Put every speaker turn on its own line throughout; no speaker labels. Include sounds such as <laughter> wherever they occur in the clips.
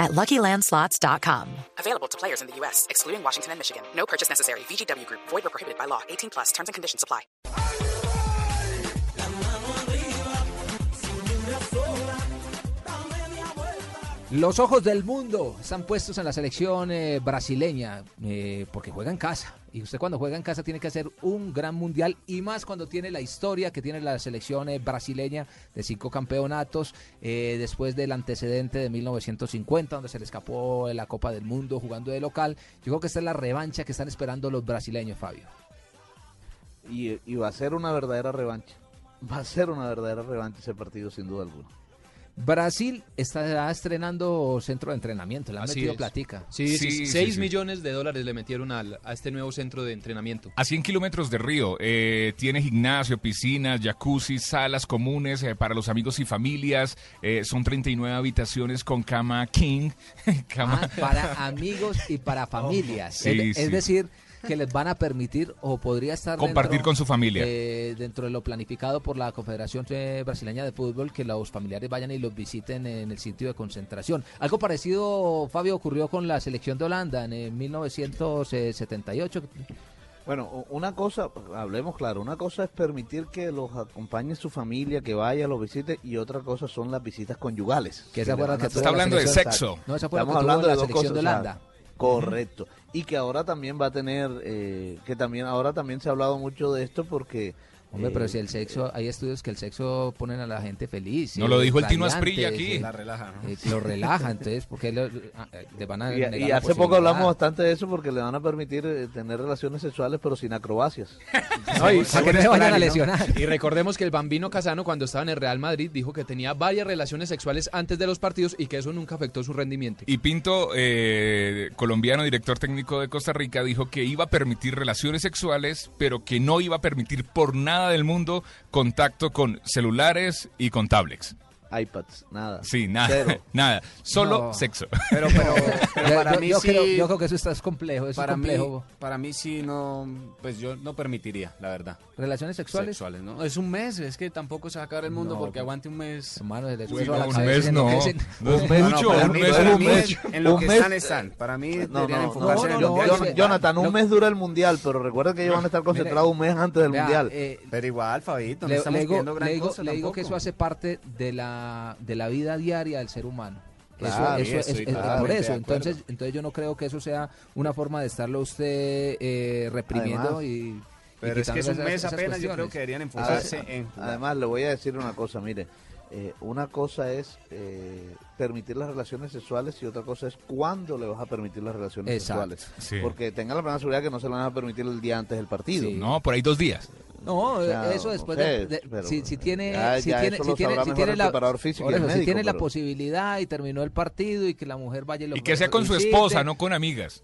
at luckylandslots.com.
Available to players in the U.S., excluding Washington and Michigan. No purchase necessary. VGW Group, void or prohibited by law. 18 plus terms and conditions apply.
Los ojos del mundo están puestos en la selección eh, brasileña eh, porque juega en casa. Y usted cuando juega en casa tiene que hacer un gran mundial y más cuando tiene la historia que tiene la selección eh, brasileña de cinco campeonatos eh, después del antecedente de 1950 donde se le escapó de la Copa del Mundo jugando de local. Yo creo que esta es la revancha que están esperando los brasileños, Fabio.
Y, y va a ser una verdadera revancha. Va a ser una verdadera revancha ese partido, sin duda alguna.
Brasil está estrenando centro de entrenamiento, le han
Así
metido
es.
platica.
Sí,
Sí, sí,
6
sí.
millones de dólares le metieron al, a este nuevo centro
<laughs>
de entrenamiento.
A 100 kilómetros de Río, eh, tiene gimnasio, piscinas, jacuzzi, salas comunes eh, para los amigos y familias. Eh, son 39 habitaciones con cama king. <laughs> cama-
Ah, para amigos y para familias.
Sí,
es, es
sí.
decir, que les van a permitir o podría estar
Compartir
dentro
con su familia.
de- dentro de lo planificado por la Confederación eh, Brasileña de Fútbol que los familiares vayan y los visiten en el sitio de concentración. Algo parecido, Fabio, ocurrió con la selección de Holanda en eh, 1978.
Bueno, u- una cosa, hablemos claro, una cosa es permitir que los acompañe su familia, que vaya, los visite, y otra cosa son las visitas conyugales.
Que esa
le
fue la
van
que
a
tuvo
hacer
Está
a la
hablando de
selección.
sexo.
No, esa fue la que
Estamos
tuvo
hablando
la
de dos
selección
cosas.
de
o sea,
Holanda.
correcto. Y que ahora también va a tener, eh, que también, ahora también se ha hablado mucho de esto porque...
Hombre, pero
eh,
si el sexo, hay estudios que el sexo ponen a la gente feliz.
No
eh,
lo dijo el Tino
radiante,
Asprilla aquí.
eh,
La
relaja,
eh, lo relaja, entonces, porque lo, ah, eh, le van a
Y,
negar
y
la
hace poco hablamos
posibilidad?
bastante de eso porque le van a permitir eh, tener relaciones sexuales pero sin acrobacias.
Para que no se vayan a lesionar.
Y recordemos que el bambino Casano cuando estaba en el Real Madrid dijo que tenía varias relaciones sexuales antes de los partidos y que eso nunca afectó su rendimiento.
Y Pinto, eh, colombiano, director técnico de Costa Rica, dijo que iba a permitir relaciones sexuales, pero que no iba a permitir por nada del mundo contacto con celulares y con tablets.
iPads, nada.
Sí, nada. <laughs>
Cero.
nada. Solo
No.
sexo.
Pero,
<laughs>
pero, pero
Yo-
para
yo,
mí
yo
sí,
creo, yo creo que eso está es complejo, eso
para
es
mí,
complejo.
para mí sí no, pues yo no permitiría, la verdad.
¿Relaciones sexuales?
Sexuales, ¿no? Es un mes, es que tampoco se va a acabar el mundo
No,
porque
pero-
aguante un mes.
Hermano, se le sube
Uy, <laughs> no,
Pues, la
un
cabeza
mes
y no
no.
crecen.
No es
No, no,
mucho,
para
un
mí,
mes
para
es
mí
mucho.
es- en lo
un
que
mes-
están están. Para mí
No,
deberían
no,
enfocarse
no,
en el
no,
mundial.
no,
y
no,
ya.
Jonathan, un
Lo-
mes dura el mundial, pero recuerda que ellos van a estar concentrados un mes antes del
Vea,
mundial.
eh,
Pero igual, Fabito, no
le,
estamos
le digo,
pidiendo gran
le digo-
cosa
le digo
tampoco.
que eso hace parte de la, de la vida diaria del ser humano. Eso-
Claro,
eso, es-
estoy
es- es- por
totalmente
eso.
de acuerdo.
Entonces, entonces yo no creo que eso sea una forma de estarlo usted eh, reprimiendo
Además,
y, y
Pero es
quitándole
que es un
esas-
mes
esas
apenas, yo creo
cuestiones.
que deberían
Además,
enfocarse en jugar.
eh, además, le voy a decir una cosa, mire, eh, una cosa es eh, permitir las relaciones sexuales y otra cosa es cuándo le vas a permitir las relaciones
Exacto.
sexuales.
Sí.
Porque tengan la plena seguridad que no se lo van a permitir el día antes del partido.
Sí.
No, por ahí dos días.
No, eh,
sea,
eso
no
después
sé,
de, de-
pero
si, si tiene
ya-
si
ya
tiene
eso
si
lo
tiene
sabrá
si
mejor
tiene
el
la
preparador físico y
por
el
eso, si
médico,
tiene la
pero-
posibilidad y terminó el partido y que la mujer vaya y lo
Y que sea con su
visite.
esposa, no con amigas.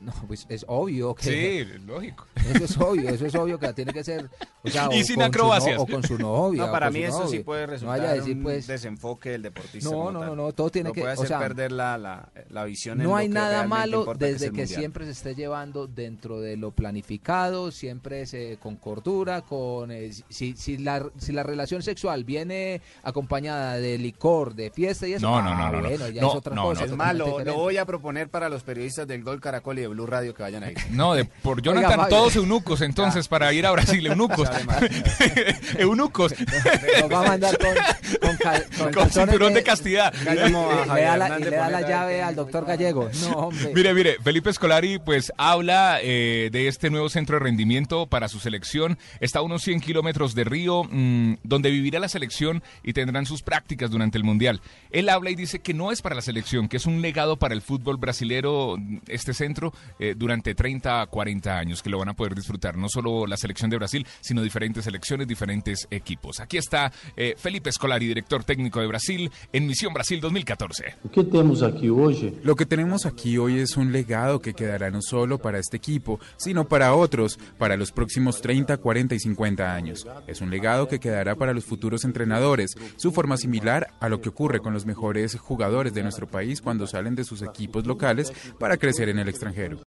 No, pues es obvio que
Sí, lógico.
eso es obvio, eso es obvio que la tiene que ser o sea,
<laughs> Y
o
sin
con su no-
acrobacias.
o con su novia.
No,
o
para
con
mí
su
eso sí
novio.
puede resultar
pues, No vaya a decir
un
pues
desenfoque del deportista.
No,
como
no,
tal.
no, no, todo tiene
Lo
que-
puede
o
hacer
sea,
perder la, la, la visión. en
no
lo
hay
que
nada
realmente
malo
importa, que es
desde
el
que,
mundial.
siempre se esté llevando dentro de lo planificado, siempre es, eh, con cordura, con eh, si, si la, si la relación sexual viene acompañada de licor, de fiesta y eso,
No, no,
ah,
no, no, no.
bueno, ya
No,
es otra
no,
cosa.
no.
Es
totalmente
malo, lo
diferente.
voy a proponer para los periodistas del Gol Caracol y de Blue Radio que vayan ahí.
No, de- por
Oiga,
Jonathan,
Fabio.
todos eunucos, entonces, para ir
<laughs>
a Brasil, eunucos. <laughs> eunucos,
Nos va a mandar con, con, cal- con
<laughs> con
calzones
cinturón
de- <laughs>
de castidad.
Y
Ay, como a <laughs>
le
Javier
da la, y
Hernández
le da la
Boneta,
llave
que
al doctor Gallego. No, hombre.
Mire, mire, Felipe Scolari pues habla eh, de este nuevo centro de rendimiento para su selección. Está a unos 100 kilómetros de Río, mm, donde vivirá la selección y tendrán sus prácticas durante el Mundial. Él habla y dice que no es para la selección, que es un legado para el fútbol brasilero mm, este centro eh, durante 30 a 40 años, que lo van a poder disfrutar no solo la selección de Brasil, sino diferentes selecciones, diferentes equipos. Aquí está eh, Felipe Escolari, director técnico de Brasil, en Misión Brasil 2014.
O que temos aqui hoje
Lo que tenemos aquí hoy es un legado que quedará no solo para este equipo, sino para otros, para los próximos 30, 40 y 50 años. Es un legado que quedará para los futuros entrenadores, su forma similar a lo que ocurre con los mejores jugadores de nuestro país cuando salen de sus equipos locales para crecer en el extranjero.